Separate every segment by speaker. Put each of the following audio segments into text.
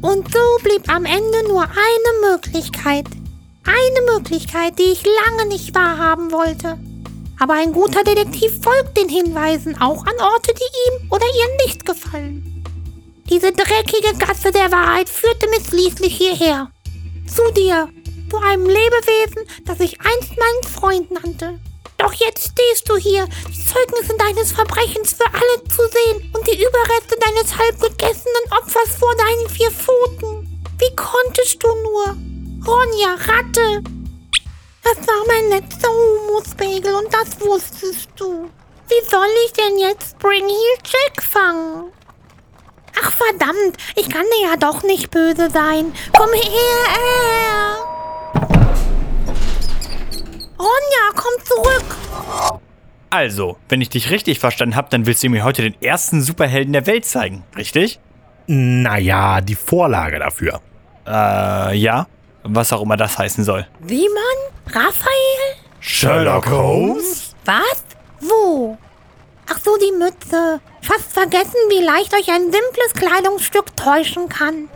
Speaker 1: Und so blieb am Ende nur eine Möglichkeit. Eine Möglichkeit, die ich lange nicht wahrhaben wollte. Aber ein guter Detektiv folgt den Hinweisen auch an Orte, die ihm oder ihr nicht gefallen. Diese dreckige Gasse der Wahrheit führte mich schließlich hierher. Zu dir, zu einem Lebewesen, das ich einst meinen Freund nannte. Doch jetzt stehst du hier, die Zeugnisse deines Verbrechens für alle zu sehen und die Überreste deines halbgegessenen Opfers vor deinen vier Pfoten. Wie konntest du nur? Ronja, Ratte! Das war mein letzter Humuspegel und das wusstest du. Wie soll ich denn jetzt Spring Heel Jack fangen? Ach verdammt, ich kann dir ja doch nicht böse sein. Komm her! Ronja, komm zurück!
Speaker 2: Also, wenn ich dich richtig verstanden habe, dann willst du mir heute den ersten Superhelden der Welt zeigen, richtig?
Speaker 3: Naja, die Vorlage dafür.
Speaker 2: Äh, ja. Was auch immer das heißen soll.
Speaker 1: Wie man? Raphael?
Speaker 3: Sherlock Holmes?
Speaker 1: Was? Wo? Ach so, die Mütze. Fast vergessen, wie leicht euch ein simples Kleidungsstück täuschen kann.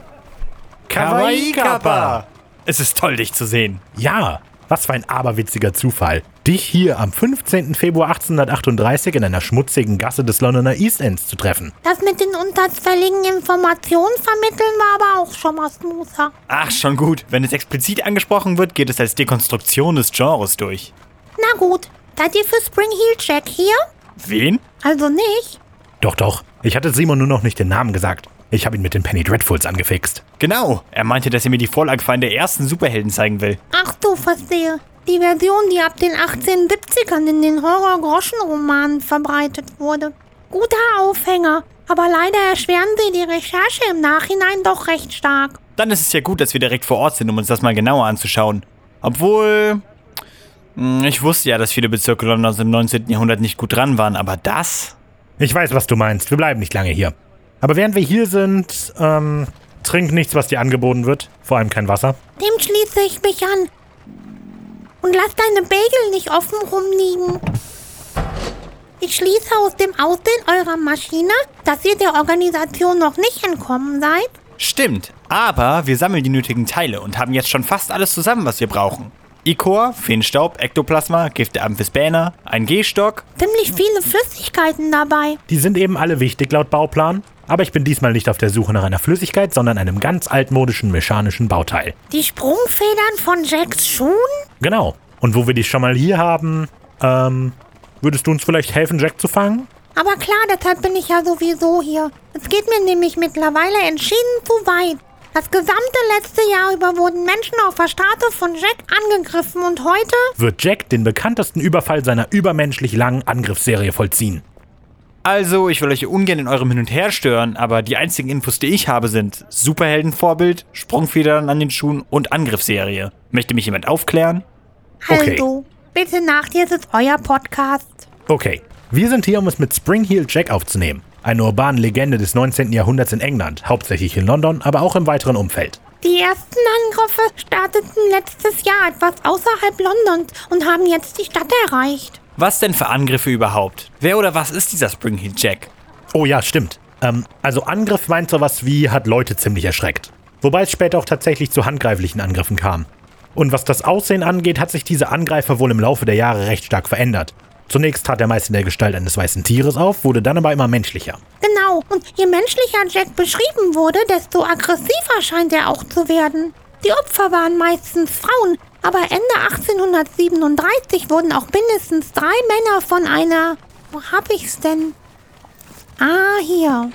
Speaker 3: Kawaii Kappa!
Speaker 2: Es ist toll, dich zu sehen.
Speaker 3: Ja, was für ein aberwitziger Zufall. Dich hier am 15. Februar 1838 in einer schmutzigen Gasse des Londoner East Ends zu treffen.
Speaker 1: Das mit den unterzähligen Informationen vermitteln war aber auch schon mal smoother.
Speaker 2: Ach, schon gut. Wenn es explizit angesprochen wird, geht es als Dekonstruktion des Genres durch.
Speaker 1: Na gut, seid ihr für Spring Heel Jack hier?
Speaker 2: Wen?
Speaker 1: Also nicht?
Speaker 3: Doch, doch. Ich hatte Simon nur noch nicht den Namen gesagt. Ich habe ihn mit den Penny Dreadfuls angefixt.
Speaker 2: Genau. Er meinte, dass er mir die Vorlage für einen der ersten Superhelden zeigen will.
Speaker 1: Ach du, verstehe. Die Version, die ab den 1870ern in den Horror-Groschen-Romanen verbreitet wurde. Guter Aufhänger, aber leider erschweren sie die Recherche im Nachhinein doch recht stark.
Speaker 2: Dann ist es ja gut, dass wir direkt vor Ort sind, um uns das mal genauer anzuschauen. Obwohl. mh, Ich wusste ja, dass viele Bezirke Londons im 19. Jahrhundert nicht gut dran waren, aber das?
Speaker 3: Ich weiß, was du meinst. Wir bleiben nicht lange hier. Aber während wir hier sind, ähm, trink nichts, was dir angeboten wird. Vor allem kein Wasser.
Speaker 1: Dem schließe ich mich an. Und lass deine Bagel nicht offen rumliegen. Ich schließe aus dem Aussehen eurer Maschine, dass ihr der Organisation noch nicht entkommen seid.
Speaker 2: Stimmt. Aber wir sammeln die nötigen Teile und haben jetzt schon fast alles zusammen, was wir brauchen. Ikor, Feenstaub, Ektoplasma, Gift der Amphisbäner, ein Gehstock.
Speaker 1: Ziemlich viele Flüssigkeiten dabei.
Speaker 3: Die sind eben alle wichtig laut Bauplan. Aber ich bin diesmal nicht auf der Suche nach einer Flüssigkeit, sondern einem ganz altmodischen mechanischen Bauteil.
Speaker 1: Die Sprungfedern von Jacks Schuhen?
Speaker 3: Genau. Und wo wir dich schon mal hier haben, ähm, würdest du uns vielleicht helfen, Jack zu fangen?
Speaker 1: Aber klar, deshalb bin ich ja sowieso hier. Es geht mir nämlich mittlerweile entschieden zu weit. Das gesamte letzte Jahr über wurden Menschen auf der Straße von Jack angegriffen und heute
Speaker 3: Wird Jack den bekanntesten Überfall seiner übermenschlich langen Angriffsserie vollziehen?
Speaker 2: Also, ich will euch hier ungern in eurem Hin und Her stören, aber die einzigen Infos, die ich habe, sind Superheldenvorbild, Sprungfedern an den Schuhen und Angriffsserie. Möchte mich jemand aufklären?
Speaker 3: Okay.
Speaker 1: Also, bitte nach dir, es ist euer Podcast.
Speaker 3: Okay, wir sind hier, um es mit Spring Heel Jack aufzunehmen. Eine urbane Legende des 19. Jahrhunderts in England, hauptsächlich in London, aber auch im weiteren Umfeld.
Speaker 1: Die ersten Angriffe starteten letztes Jahr etwas außerhalb Londons und haben jetzt die Stadt erreicht.
Speaker 2: Was denn für Angriffe überhaupt? Wer oder was ist dieser Spring Heel Jack?
Speaker 3: Oh ja, stimmt. Ähm, also Angriff meint sowas wie, hat Leute ziemlich erschreckt. Wobei es später auch tatsächlich zu handgreiflichen Angriffen kam. Und was das Aussehen angeht, hat sich dieser Angreifer wohl im Laufe der Jahre recht stark verändert. Zunächst trat er meist in der Gestalt eines weißen Tieres auf, wurde dann aber immer menschlicher.
Speaker 1: Genau, und je menschlicher Jack beschrieben wurde, desto aggressiver scheint er auch zu werden. Die Opfer waren meistens Frauen, aber Ende 1837 wurden auch mindestens drei Männer von einer. Wo hab ich's denn? Ah, hier.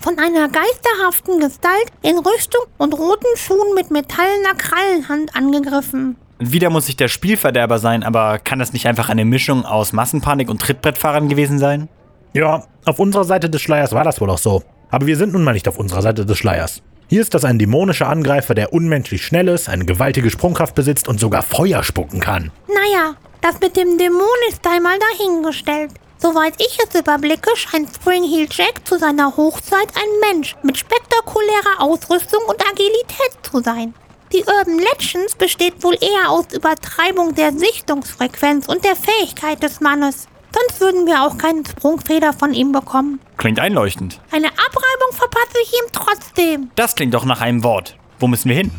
Speaker 1: Von einer geisterhaften Gestalt in Rüstung und roten Schuhen mit metallener Krallenhand angegriffen.
Speaker 2: Wieder muss ich der Spielverderber sein, aber kann das nicht einfach eine Mischung aus Massenpanik und Trittbrettfahrern gewesen sein?
Speaker 3: Ja, auf unserer Seite des Schleiers war das wohl auch so. Aber wir sind nun mal nicht auf unserer Seite des Schleiers. Hier ist das ein dämonischer Angreifer, der unmenschlich schnell ist, eine gewaltige Sprungkraft besitzt und sogar Feuer spucken kann.
Speaker 1: Naja, das mit dem Dämon ist einmal dahingestellt. Soweit ich es überblicke, scheint Spring Heel Jack zu seiner Hochzeit ein Mensch mit spektakulärer Ausrüstung und Agilität zu sein. Die Urban Legends besteht wohl eher aus Übertreibung der Sichtungsfrequenz und der Fähigkeit des Mannes. Sonst würden wir auch keinen Sprungfeder von ihm bekommen.
Speaker 2: Klingt einleuchtend.
Speaker 1: Eine Abreibung verpasse ich ihm trotzdem.
Speaker 2: Das klingt doch nach einem Wort. Wo müssen wir hin?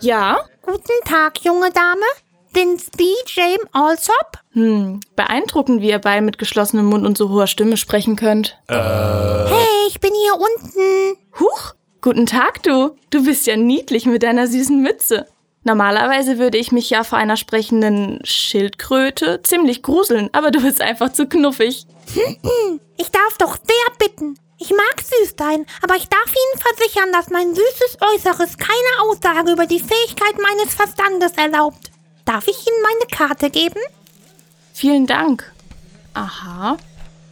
Speaker 4: Ja?
Speaker 1: Guten Tag, junge Dame. Sind's BJ Alsop?
Speaker 4: Hm, beeindruckend, wie ihr beide mit geschlossenem Mund und so hoher Stimme sprechen könnt.
Speaker 1: Hey, ich bin hier unten.
Speaker 4: Huch, guten Tag, du. Du bist ja niedlich mit deiner süßen Mütze. Normalerweise würde ich mich ja vor einer sprechenden Schildkröte ziemlich gruseln, aber du bist einfach zu knuffig.
Speaker 1: Ich darf doch sehr bitten. Ich mag süß sein, aber ich darf Ihnen versichern, dass mein süßes Äußeres keine Aussage über die Fähigkeit meines Verstandes erlaubt. Darf ich Ihnen meine Karte geben?
Speaker 4: Vielen Dank. Aha,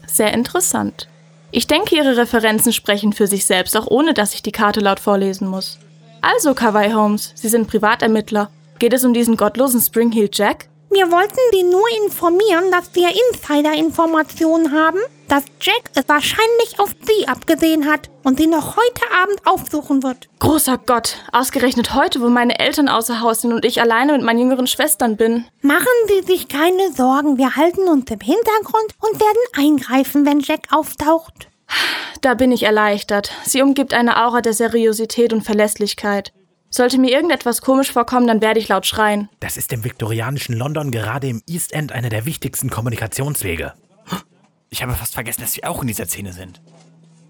Speaker 4: sehr interessant. Ich denke, Ihre Referenzen sprechen für sich selbst, auch ohne dass ich die Karte laut vorlesen muss. Also, Kawaii Holmes, Sie sind Privatermittler. Geht es um diesen gottlosen Springheel Jack?
Speaker 1: Wir wollten Sie nur informieren, dass wir Insider-Informationen haben, dass Jack es wahrscheinlich auf Sie abgesehen hat und Sie noch heute Abend aufsuchen wird.
Speaker 4: Großer Gott, ausgerechnet heute, wo meine Eltern außer Haus sind und ich alleine mit meinen jüngeren Schwestern bin.
Speaker 1: Machen Sie sich keine Sorgen, wir halten uns im Hintergrund und werden eingreifen, wenn Jack auftaucht.
Speaker 4: Da bin ich erleichtert. Sie umgibt eine Aura der Seriosität und Verlässlichkeit. Sollte mir irgendetwas komisch vorkommen, dann werde ich laut schreien.
Speaker 3: Das ist im viktorianischen London gerade im East End einer der wichtigsten Kommunikationswege.
Speaker 2: Ich habe fast vergessen, dass wir auch in dieser Szene sind.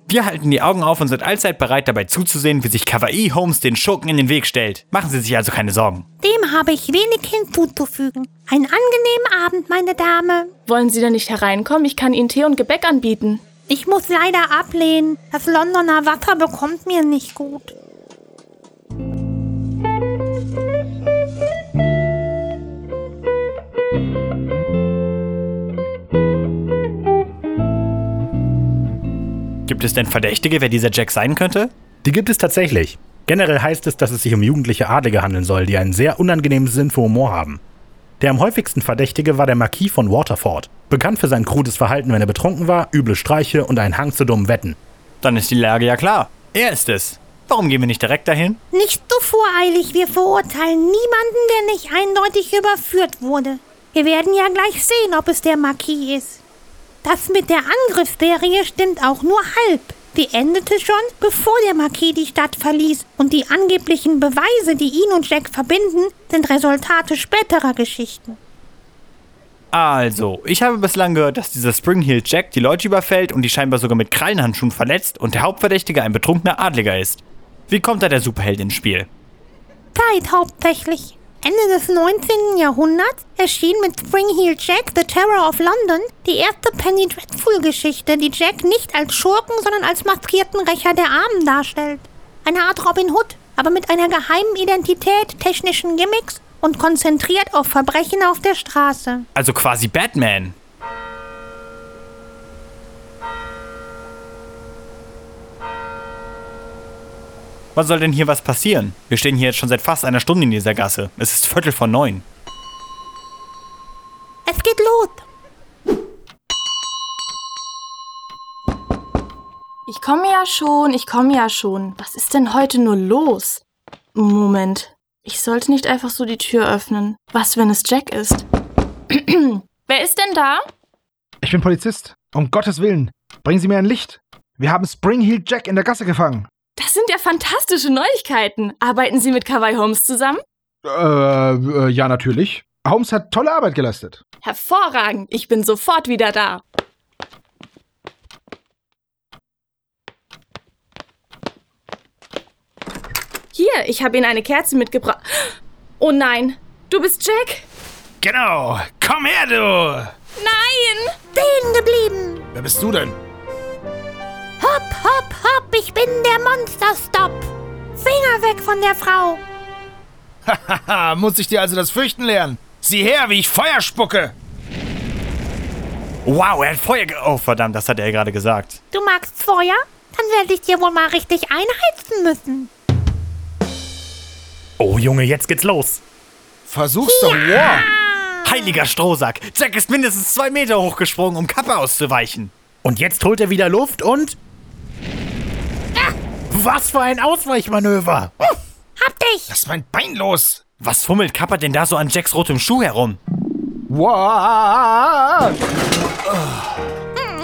Speaker 2: Wir halten die Augen auf und sind allzeit bereit, dabei zuzusehen, wie sich Kawaii Holmes den Schurken in den Weg stellt. Machen Sie sich also keine Sorgen.
Speaker 1: Dem habe ich wenig hinzuzufügen. Einen angenehmen Abend, meine Dame.
Speaker 4: Wollen Sie denn nicht hereinkommen? Ich kann Ihnen Tee und Gebäck anbieten.
Speaker 1: Ich muss leider ablehnen. Das Londoner Wasser bekommt mir nicht gut.
Speaker 2: Gibt es denn Verdächtige, wer dieser Jack sein könnte?
Speaker 3: Die gibt es tatsächlich. Generell heißt es, dass es sich um jugendliche Adlige handeln soll, die einen sehr unangenehmen Sinn für Humor haben. Der am häufigsten Verdächtige war der Marquis von Waterford, bekannt für sein krudes Verhalten, wenn er betrunken war, üble Streiche und einen Hang zu dummen Wetten.
Speaker 2: Dann ist die Lage ja klar. Er ist es. Warum gehen wir nicht direkt dahin?
Speaker 1: Nicht so voreilig. Wir verurteilen niemanden, der nicht eindeutig überführt wurde. Wir werden ja gleich sehen, ob es der Marquis ist. Das mit der Angriffsserie stimmt auch nur halb. Sie endete schon, bevor der Marquis die Stadt verließ. Und die angeblichen Beweise, die ihn und Jack verbinden, sind Resultate späterer Geschichten.
Speaker 2: Also, ich habe bislang gehört, dass dieser Springheel Jack die Leute überfällt und die scheinbar sogar mit Krallenhandschuhen verletzt und der Hauptverdächtige ein betrunkener Adliger ist. Wie kommt da der Superheld ins Spiel?
Speaker 1: Zeit hauptsächlich. Ende des 19. Jahrhunderts erschien mit Springheel Jack The Terror of London die erste Penny Dreadful-Geschichte, die Jack nicht als Schurken, sondern als maskierten Rächer der Armen darstellt. Eine Art Robin Hood, aber mit einer geheimen Identität, technischen Gimmicks und konzentriert auf Verbrechen auf der Straße.
Speaker 2: Also quasi Batman. Wann soll denn hier was passieren? Wir stehen hier jetzt schon seit fast einer Stunde in dieser Gasse. Es ist Viertel vor neun.
Speaker 1: Es geht los.
Speaker 4: Ich komme ja schon, ich komme ja schon. Was ist denn heute nur los? Moment. Ich sollte nicht einfach so die Tür öffnen. Was, wenn es Jack ist? Wer ist denn da?
Speaker 5: Ich bin Polizist. Um Gottes Willen, bringen Sie mir ein Licht. Wir haben Springheel Jack in der Gasse gefangen.
Speaker 4: Das sind ja fantastische Neuigkeiten. Arbeiten Sie mit Kawaii Holmes zusammen?
Speaker 5: Äh, äh, ja, natürlich. Holmes hat tolle Arbeit geleistet.
Speaker 4: Hervorragend. Ich bin sofort wieder da. Hier, ich habe Ihnen eine Kerze mitgebracht. Oh nein, du bist Jack?
Speaker 6: Genau, komm her, du!
Speaker 4: Nein!
Speaker 1: Stehen geblieben.
Speaker 6: Wer bist du denn?
Speaker 1: Hopp, hopp, hopp, ich bin der Monsterstop. Finger weg von der Frau.
Speaker 6: Haha, muss ich dir also das Fürchten lernen? Sieh her, wie ich Feuer spucke!
Speaker 2: Wow, er hat Feuer ge... Oh, verdammt, das hat er gerade gesagt.
Speaker 1: Du magst Feuer? Dann werde ich dir wohl mal richtig einheizen müssen.
Speaker 3: Oh Junge, jetzt geht's los.
Speaker 6: Versuch's doch, ja!
Speaker 2: Heiliger Strohsack! Jack ist mindestens zwei Meter hochgesprungen, um Kappe auszuweichen.
Speaker 3: Und jetzt holt er wieder Luft und... Ah! Was für ein Ausweichmanöver!
Speaker 1: Hab dich!
Speaker 6: Lass mein Bein los!
Speaker 2: Was fummelt Kappa denn da so an Jacks rotem Schuh herum?
Speaker 6: Wow!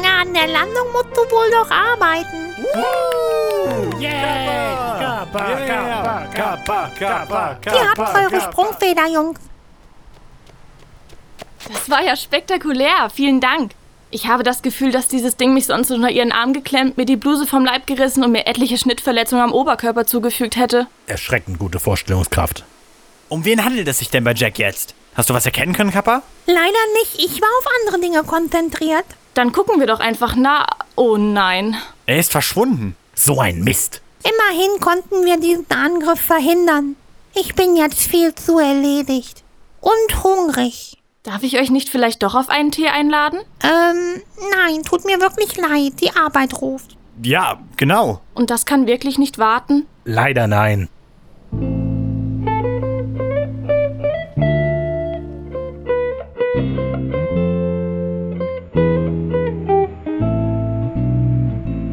Speaker 1: Na, an der Landung musst du wohl noch arbeiten.
Speaker 3: Yeah! Kappa, kappa, kappa, kappa,
Speaker 1: Ihr habt eure Sprungfeder, Jungs.
Speaker 4: Das war ja spektakulär. Vielen Dank. Ich habe das Gefühl, dass dieses Ding mich sonst unter ihren Arm geklemmt, mir die Bluse vom Leib gerissen und mir etliche Schnittverletzungen am Oberkörper zugefügt hätte.
Speaker 3: Erschreckend gute Vorstellungskraft.
Speaker 2: Um wen handelt es sich denn bei Jack jetzt? Hast du was erkennen können, Kappa?
Speaker 1: Leider nicht, ich war auf andere Dinge konzentriert.
Speaker 4: Dann gucken wir doch einfach na. Oh nein.
Speaker 2: Er ist verschwunden.
Speaker 3: So ein Mist.
Speaker 1: Immerhin konnten wir diesen Angriff verhindern. Ich bin jetzt viel zu erledigt. Und hungrig.
Speaker 4: Darf ich euch nicht vielleicht doch auf einen Tee einladen?
Speaker 1: Ähm, nein, tut mir wirklich leid, die Arbeit ruft.
Speaker 2: Ja, genau.
Speaker 4: Und das kann wirklich nicht warten?
Speaker 3: Leider nein.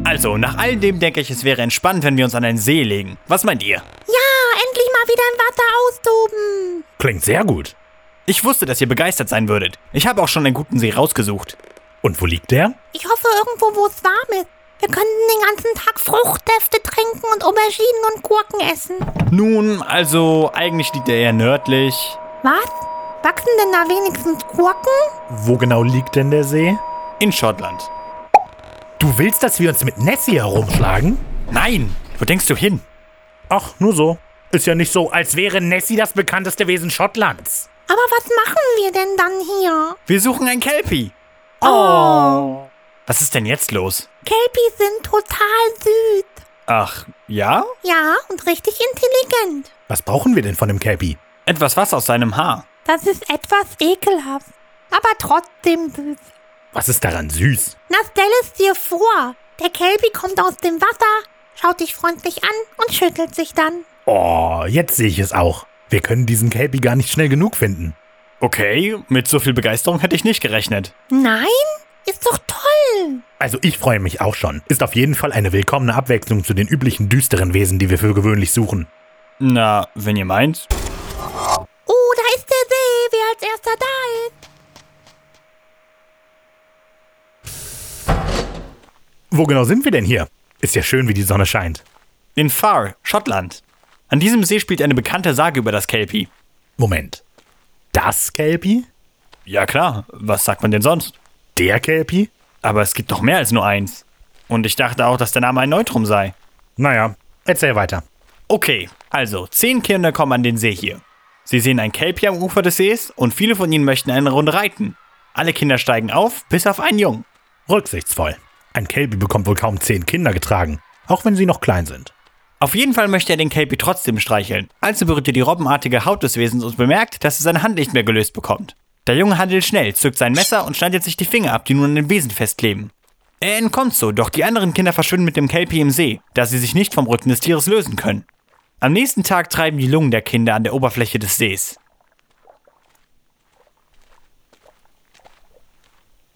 Speaker 2: Also, nach all dem denke ich, es wäre entspannt, wenn wir uns an einen See legen. Was meint ihr?
Speaker 1: Ja, endlich mal wieder im Wasser austoben.
Speaker 3: Klingt sehr gut.
Speaker 2: Ich wusste, dass ihr begeistert sein würdet. Ich habe auch schon einen guten See rausgesucht.
Speaker 3: Und wo liegt der?
Speaker 1: Ich hoffe irgendwo, wo es warm ist. Wir könnten den ganzen Tag Fruchtsäfte trinken und Auberginen und Gurken essen.
Speaker 2: Nun, also, eigentlich liegt er eher nördlich.
Speaker 1: Was? Wachsen denn da wenigstens Gurken?
Speaker 3: Wo genau liegt denn der See?
Speaker 2: In Schottland.
Speaker 3: Du willst, dass wir uns mit Nessie herumschlagen?
Speaker 2: Nein! Wo denkst du hin?
Speaker 3: Ach, nur so. Ist ja nicht so, als wäre Nessie das bekannteste Wesen Schottlands.
Speaker 1: Aber was machen wir denn dann hier?
Speaker 2: Wir suchen ein Kelpie. Oh. Was ist denn jetzt los?
Speaker 1: Kelpies sind total süß.
Speaker 2: Ach, ja?
Speaker 1: Ja, und richtig intelligent.
Speaker 3: Was brauchen wir denn von dem Cappy?
Speaker 2: Etwas Wasser aus seinem Haar.
Speaker 1: Das ist etwas ekelhaft, aber trotzdem süß.
Speaker 3: Was ist daran süß?
Speaker 1: Na, stell es dir vor. Der Kelpie kommt aus dem Wasser, schaut dich freundlich an und schüttelt sich dann.
Speaker 3: Oh, jetzt sehe ich es auch. Wir können diesen Cappy gar nicht schnell genug finden.
Speaker 2: Okay, mit so viel Begeisterung hätte ich nicht gerechnet.
Speaker 1: Nein? Ist doch toll.
Speaker 3: Also ich freue mich auch schon. Ist auf jeden Fall eine willkommene Abwechslung zu den üblichen düsteren Wesen, die wir für gewöhnlich suchen.
Speaker 2: Na, wenn ihr meint.
Speaker 1: Oh, da ist der See, wer als erster da ist.
Speaker 3: Wo genau sind wir denn hier? Ist ja schön, wie die Sonne scheint.
Speaker 2: In Far, Schottland. An diesem See spielt eine bekannte Sage über das Kelpie.
Speaker 3: Moment. Das Cappy?
Speaker 2: Ja klar, was sagt man denn sonst?
Speaker 3: Der Cappy?
Speaker 2: Aber es gibt doch mehr als nur eins. Und ich dachte auch, dass der Name ein Neutrum sei.
Speaker 3: Naja, erzähl weiter.
Speaker 2: Okay, also, zehn Kinder kommen an den See hier. Sie sehen ein Kelpie am Ufer des Sees und viele von ihnen möchten eine Runde reiten. Alle Kinder steigen auf, bis auf einen Jungen.
Speaker 3: Rücksichtsvoll. Ein Cappy bekommt wohl kaum zehn Kinder getragen, auch wenn sie noch klein sind.
Speaker 2: Auf jeden Fall möchte er den Kelpie trotzdem streicheln. Also berührt er die robbenartige Haut des Wesens und bemerkt, dass er seine Hand nicht mehr gelöst bekommt. Der Junge handelt schnell, zückt sein Messer und schneidet sich die Finger ab, die nun an dem Besen festkleben. Er entkommt so, doch die anderen Kinder verschwinden mit dem Kelpie im See, da sie sich nicht vom Rücken des Tieres lösen können. Am nächsten Tag treiben die Lungen der Kinder an der Oberfläche des Sees.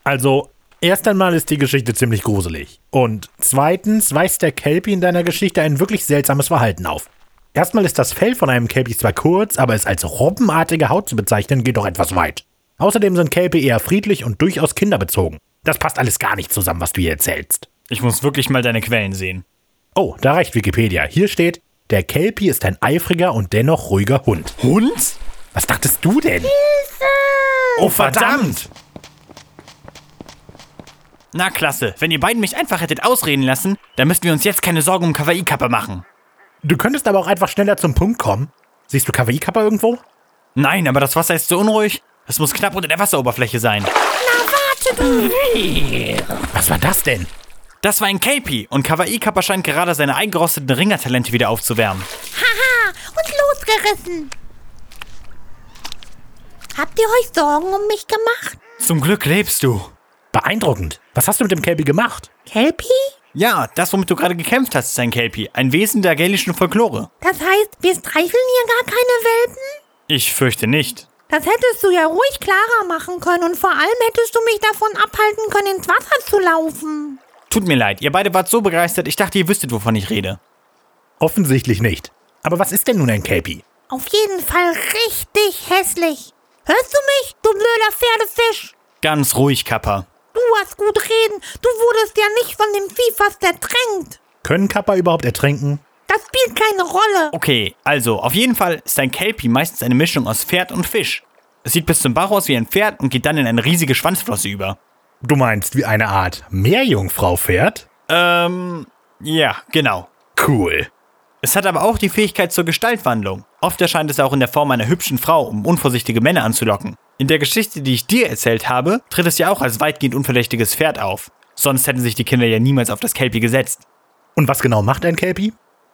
Speaker 3: Also, erst einmal ist die Geschichte ziemlich gruselig. Und zweitens weist der Kelpie in deiner Geschichte ein wirklich seltsames Verhalten auf. Erstmal ist das Fell von einem Kelpie zwar kurz, aber es als robbenartige Haut zu bezeichnen, geht doch etwas weit. Außerdem sind Kelpie eher friedlich und durchaus kinderbezogen. Das passt alles gar nicht zusammen, was du hier erzählst.
Speaker 2: Ich muss wirklich mal deine Quellen sehen.
Speaker 3: Oh, da reicht Wikipedia. Hier steht, der Kelpie ist ein eifriger und dennoch ruhiger Hund.
Speaker 2: Hund?
Speaker 3: Was dachtest du denn? Oh, verdammt!
Speaker 2: Na klasse, wenn ihr beiden mich einfach hättet ausreden lassen, dann müssten wir uns jetzt keine Sorgen um Kawaii-Kappe machen.
Speaker 3: Du könntest aber auch einfach schneller zum Punkt kommen. Siehst du Kawaii-Kappa irgendwo?
Speaker 2: Nein, aber das Wasser ist so unruhig. Es muss knapp unter der Wasseroberfläche sein.
Speaker 3: Was war das denn?
Speaker 2: Das war ein Kelpie und Kawaii Kappa scheint gerade seine eingerosteten Ringertalente wieder aufzuwärmen.
Speaker 1: Haha, und losgerissen. Habt ihr euch Sorgen um mich gemacht?
Speaker 2: Zum Glück lebst du.
Speaker 3: Beeindruckend. Was hast du mit dem Kelpie gemacht?
Speaker 1: Kelpie?
Speaker 2: Ja, das, womit du gerade gekämpft hast, ist ein Kelpie, ein Wesen der gälischen Folklore.
Speaker 1: Das heißt, wir streicheln hier gar keine Welpen?
Speaker 2: Ich fürchte nicht.
Speaker 1: Das hättest du ja ruhig klarer machen können und vor allem hättest du mich davon abhalten können, ins Wasser zu laufen.
Speaker 2: Tut mir leid, ihr beide wart so begeistert, ich dachte, ihr wüsstet, wovon ich rede.
Speaker 3: Offensichtlich nicht. Aber was ist denn nun ein Kelpie?
Speaker 1: Auf jeden Fall richtig hässlich. Hörst du mich, du blöder Pferdefisch?
Speaker 2: Ganz ruhig, Kappa.
Speaker 1: Du hast gut reden. Du wurdest ja nicht von dem Vieh fast ertränkt.
Speaker 3: Können Kappa überhaupt ertrinken?
Speaker 1: Das spielt keine Rolle.
Speaker 2: Okay, also, auf jeden Fall ist ein Kelpie meistens eine Mischung aus Pferd und Fisch. Es sieht bis zum Bauch aus wie ein Pferd und geht dann in eine riesige Schwanzflosse über.
Speaker 3: Du meinst wie eine Art Meerjungfrau fährt?
Speaker 2: Ähm, ja, genau.
Speaker 3: Cool.
Speaker 2: Es hat aber auch die Fähigkeit zur Gestaltwandlung. Oft erscheint es auch in der Form einer hübschen Frau, um unvorsichtige Männer anzulocken. In der Geschichte, die ich dir erzählt habe, tritt es ja auch als weitgehend unverdächtiges Pferd auf. Sonst hätten sich die Kinder ja niemals auf das Kelpie gesetzt.
Speaker 3: Und was genau macht ein Kelpie?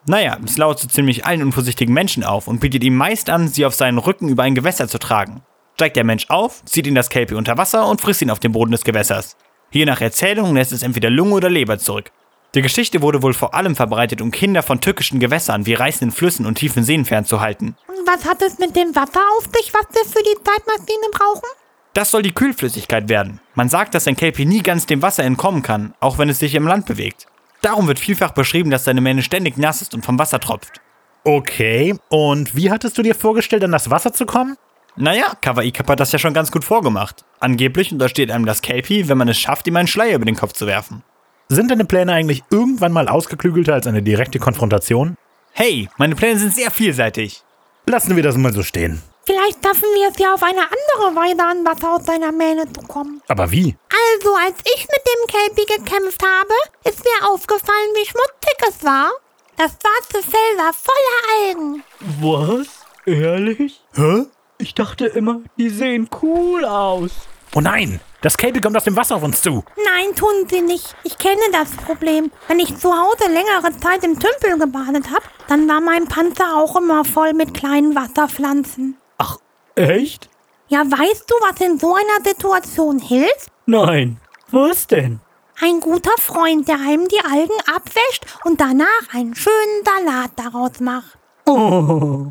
Speaker 2: Naja, es lauert so ziemlich allen unvorsichtigen Menschen auf und bietet ihm meist an, sie auf seinen Rücken über ein Gewässer zu tragen. Steigt der Mensch auf, zieht ihn das Kelpie unter Wasser und frisst ihn auf dem Boden des Gewässers. Je nach Erzählung lässt es entweder Lunge oder Leber zurück. Die Geschichte wurde wohl vor allem verbreitet, um Kinder von tückischen Gewässern wie reißenden Flüssen und tiefen Seen fernzuhalten.
Speaker 1: Und was hat es mit dem Wasser auf sich, was wir für die Zeitmaschine brauchen?
Speaker 2: Das soll die Kühlflüssigkeit werden. Man sagt, dass ein Kelpie nie ganz dem Wasser entkommen kann, auch wenn es sich im Land bewegt. Darum wird vielfach beschrieben, dass seine Mähne ständig nass ist und vom Wasser tropft.
Speaker 3: Okay, und wie hattest du dir vorgestellt, an das Wasser zu kommen?
Speaker 2: Naja, Kawaii Cup hat das ja schon ganz gut vorgemacht. Angeblich untersteht einem das Kelpie, wenn man es schafft, ihm einen Schleier über den Kopf zu werfen.
Speaker 3: Sind deine Pläne eigentlich irgendwann mal ausgeklügelter als eine direkte Konfrontation?
Speaker 2: Hey, meine Pläne sind sehr vielseitig.
Speaker 3: Lassen wir das mal so stehen.
Speaker 1: Vielleicht schaffen wir es ja auf eine andere Weise an Wasser aus seiner Mähne zu kommen.
Speaker 3: Aber wie?
Speaker 1: Also, als ich mit dem Kelpie gekämpft habe, ist mir aufgefallen, wie schmutzig es war. Das schwarze Fell war voller Algen.
Speaker 7: Was? Ehrlich?
Speaker 3: Hä?
Speaker 7: Ich dachte immer, die sehen cool aus.
Speaker 3: Oh nein, das Kelpie kommt aus dem Wasser auf uns zu.
Speaker 1: Nein, tun sie nicht. Ich kenne das Problem. Wenn ich zu Hause längere Zeit im Tümpel gebadet habe, dann war mein Panzer auch immer voll mit kleinen Wasserpflanzen.
Speaker 7: Ach, echt?
Speaker 1: Ja, weißt du, was in so einer Situation hilft?
Speaker 7: Nein. Was denn?
Speaker 1: Ein guter Freund, der einem die Algen abwäscht und danach einen schönen Salat daraus macht.
Speaker 7: Oh,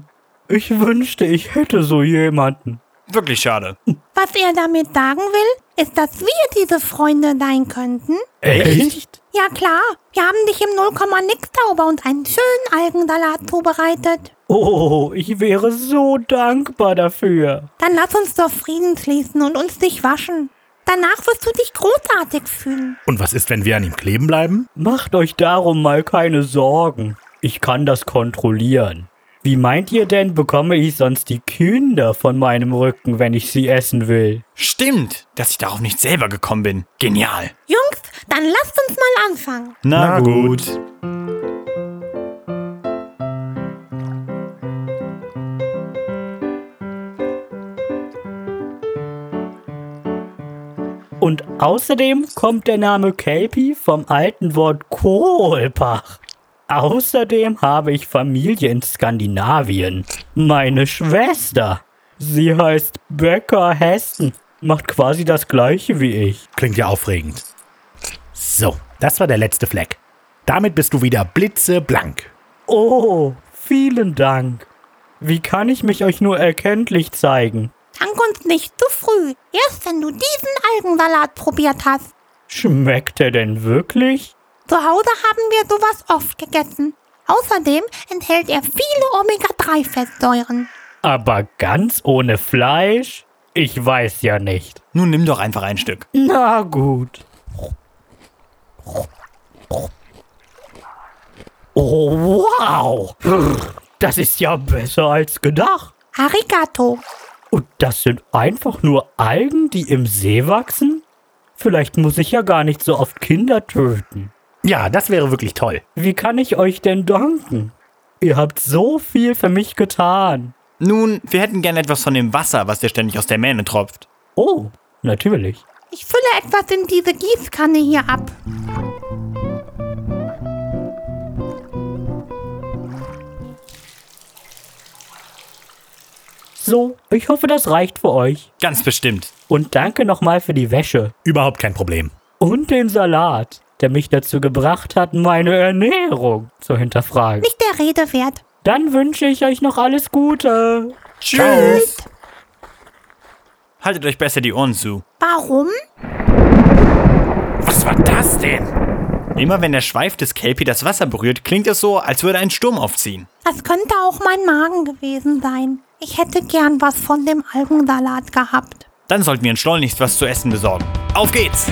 Speaker 7: ich wünschte, ich hätte so jemanden.
Speaker 2: Wirklich schade.
Speaker 1: Was er damit sagen will, ist, dass wir diese Freunde sein könnten.
Speaker 7: Echt?
Speaker 1: Ja klar, wir haben dich im 0, nix Zauber und einen schönen Algensalat zubereitet.
Speaker 7: Oh, ich wäre so dankbar dafür.
Speaker 1: Dann lass uns doch Frieden schließen und uns dich waschen. Danach wirst du dich großartig fühlen.
Speaker 3: Und was ist, wenn wir an ihm kleben bleiben?
Speaker 7: Macht euch darum mal keine Sorgen. Ich kann das kontrollieren. Wie meint ihr denn, bekomme ich sonst die Kinder von meinem Rücken, wenn ich sie essen will?
Speaker 2: Stimmt, dass ich darauf nicht selber gekommen bin. Genial.
Speaker 1: Jungs, dann lasst uns mal anfangen.
Speaker 3: Na gut.
Speaker 7: Und außerdem kommt der Name Kelpie vom alten Wort Kohlbach. Außerdem habe ich Familie in Skandinavien. Meine Schwester. Sie heißt Becker Hessen. Macht quasi das gleiche wie ich.
Speaker 3: Klingt ja aufregend. So, das war der letzte Fleck. Damit bist du wieder blitzeblank.
Speaker 7: Oh, vielen Dank. Wie kann ich mich euch nur erkenntlich zeigen?
Speaker 1: Dank uns nicht zu früh. Erst wenn du diesen Algensalat probiert hast.
Speaker 7: Schmeckt er denn wirklich?
Speaker 1: Zu Hause haben wir sowas oft gegessen. Außerdem enthält er viele Omega-3-Fettsäuren.
Speaker 7: Aber ganz ohne Fleisch? Ich weiß ja nicht.
Speaker 2: Nun nimm doch einfach ein Stück.
Speaker 7: Na gut. Oh, wow. Das ist ja besser als gedacht.
Speaker 1: Arigato.
Speaker 7: Und das sind einfach nur Algen, die im See wachsen? Vielleicht muss ich ja gar nicht so oft Kinder töten.
Speaker 3: Ja, das wäre wirklich toll.
Speaker 7: Wie kann ich euch denn danken? Ihr habt so viel für mich getan.
Speaker 2: Nun, wir hätten gern etwas von dem Wasser, was dir ständig aus der Mähne tropft.
Speaker 7: Oh, natürlich.
Speaker 1: Ich fülle etwas in diese Gießkanne hier ab.
Speaker 7: So, ich hoffe, das reicht für euch.
Speaker 2: Ganz bestimmt.
Speaker 7: Und danke nochmal für die Wäsche
Speaker 3: Überhaupt kein Problem.
Speaker 7: und den Salat, der mich dazu gebracht hat, meine Ernährung zu hinterfragen.
Speaker 1: Nicht der Rede wert.
Speaker 7: Dann wünsche ich euch noch alles Gute.
Speaker 2: Tschüss. Haltet euch besser die Ohren zu.
Speaker 1: Warum?
Speaker 3: Was war das denn?
Speaker 2: Immer wenn der Schweif des Kelpie das Wasser berührt, klingt es so, als würde ein Sturm aufziehen.
Speaker 1: Das könnte auch mein Magen gewesen sein. Ich hätte gern was von dem Algensalat gehabt.
Speaker 2: Dann sollten wir uns schleunigst was zu essen besorgen. Auf geht's!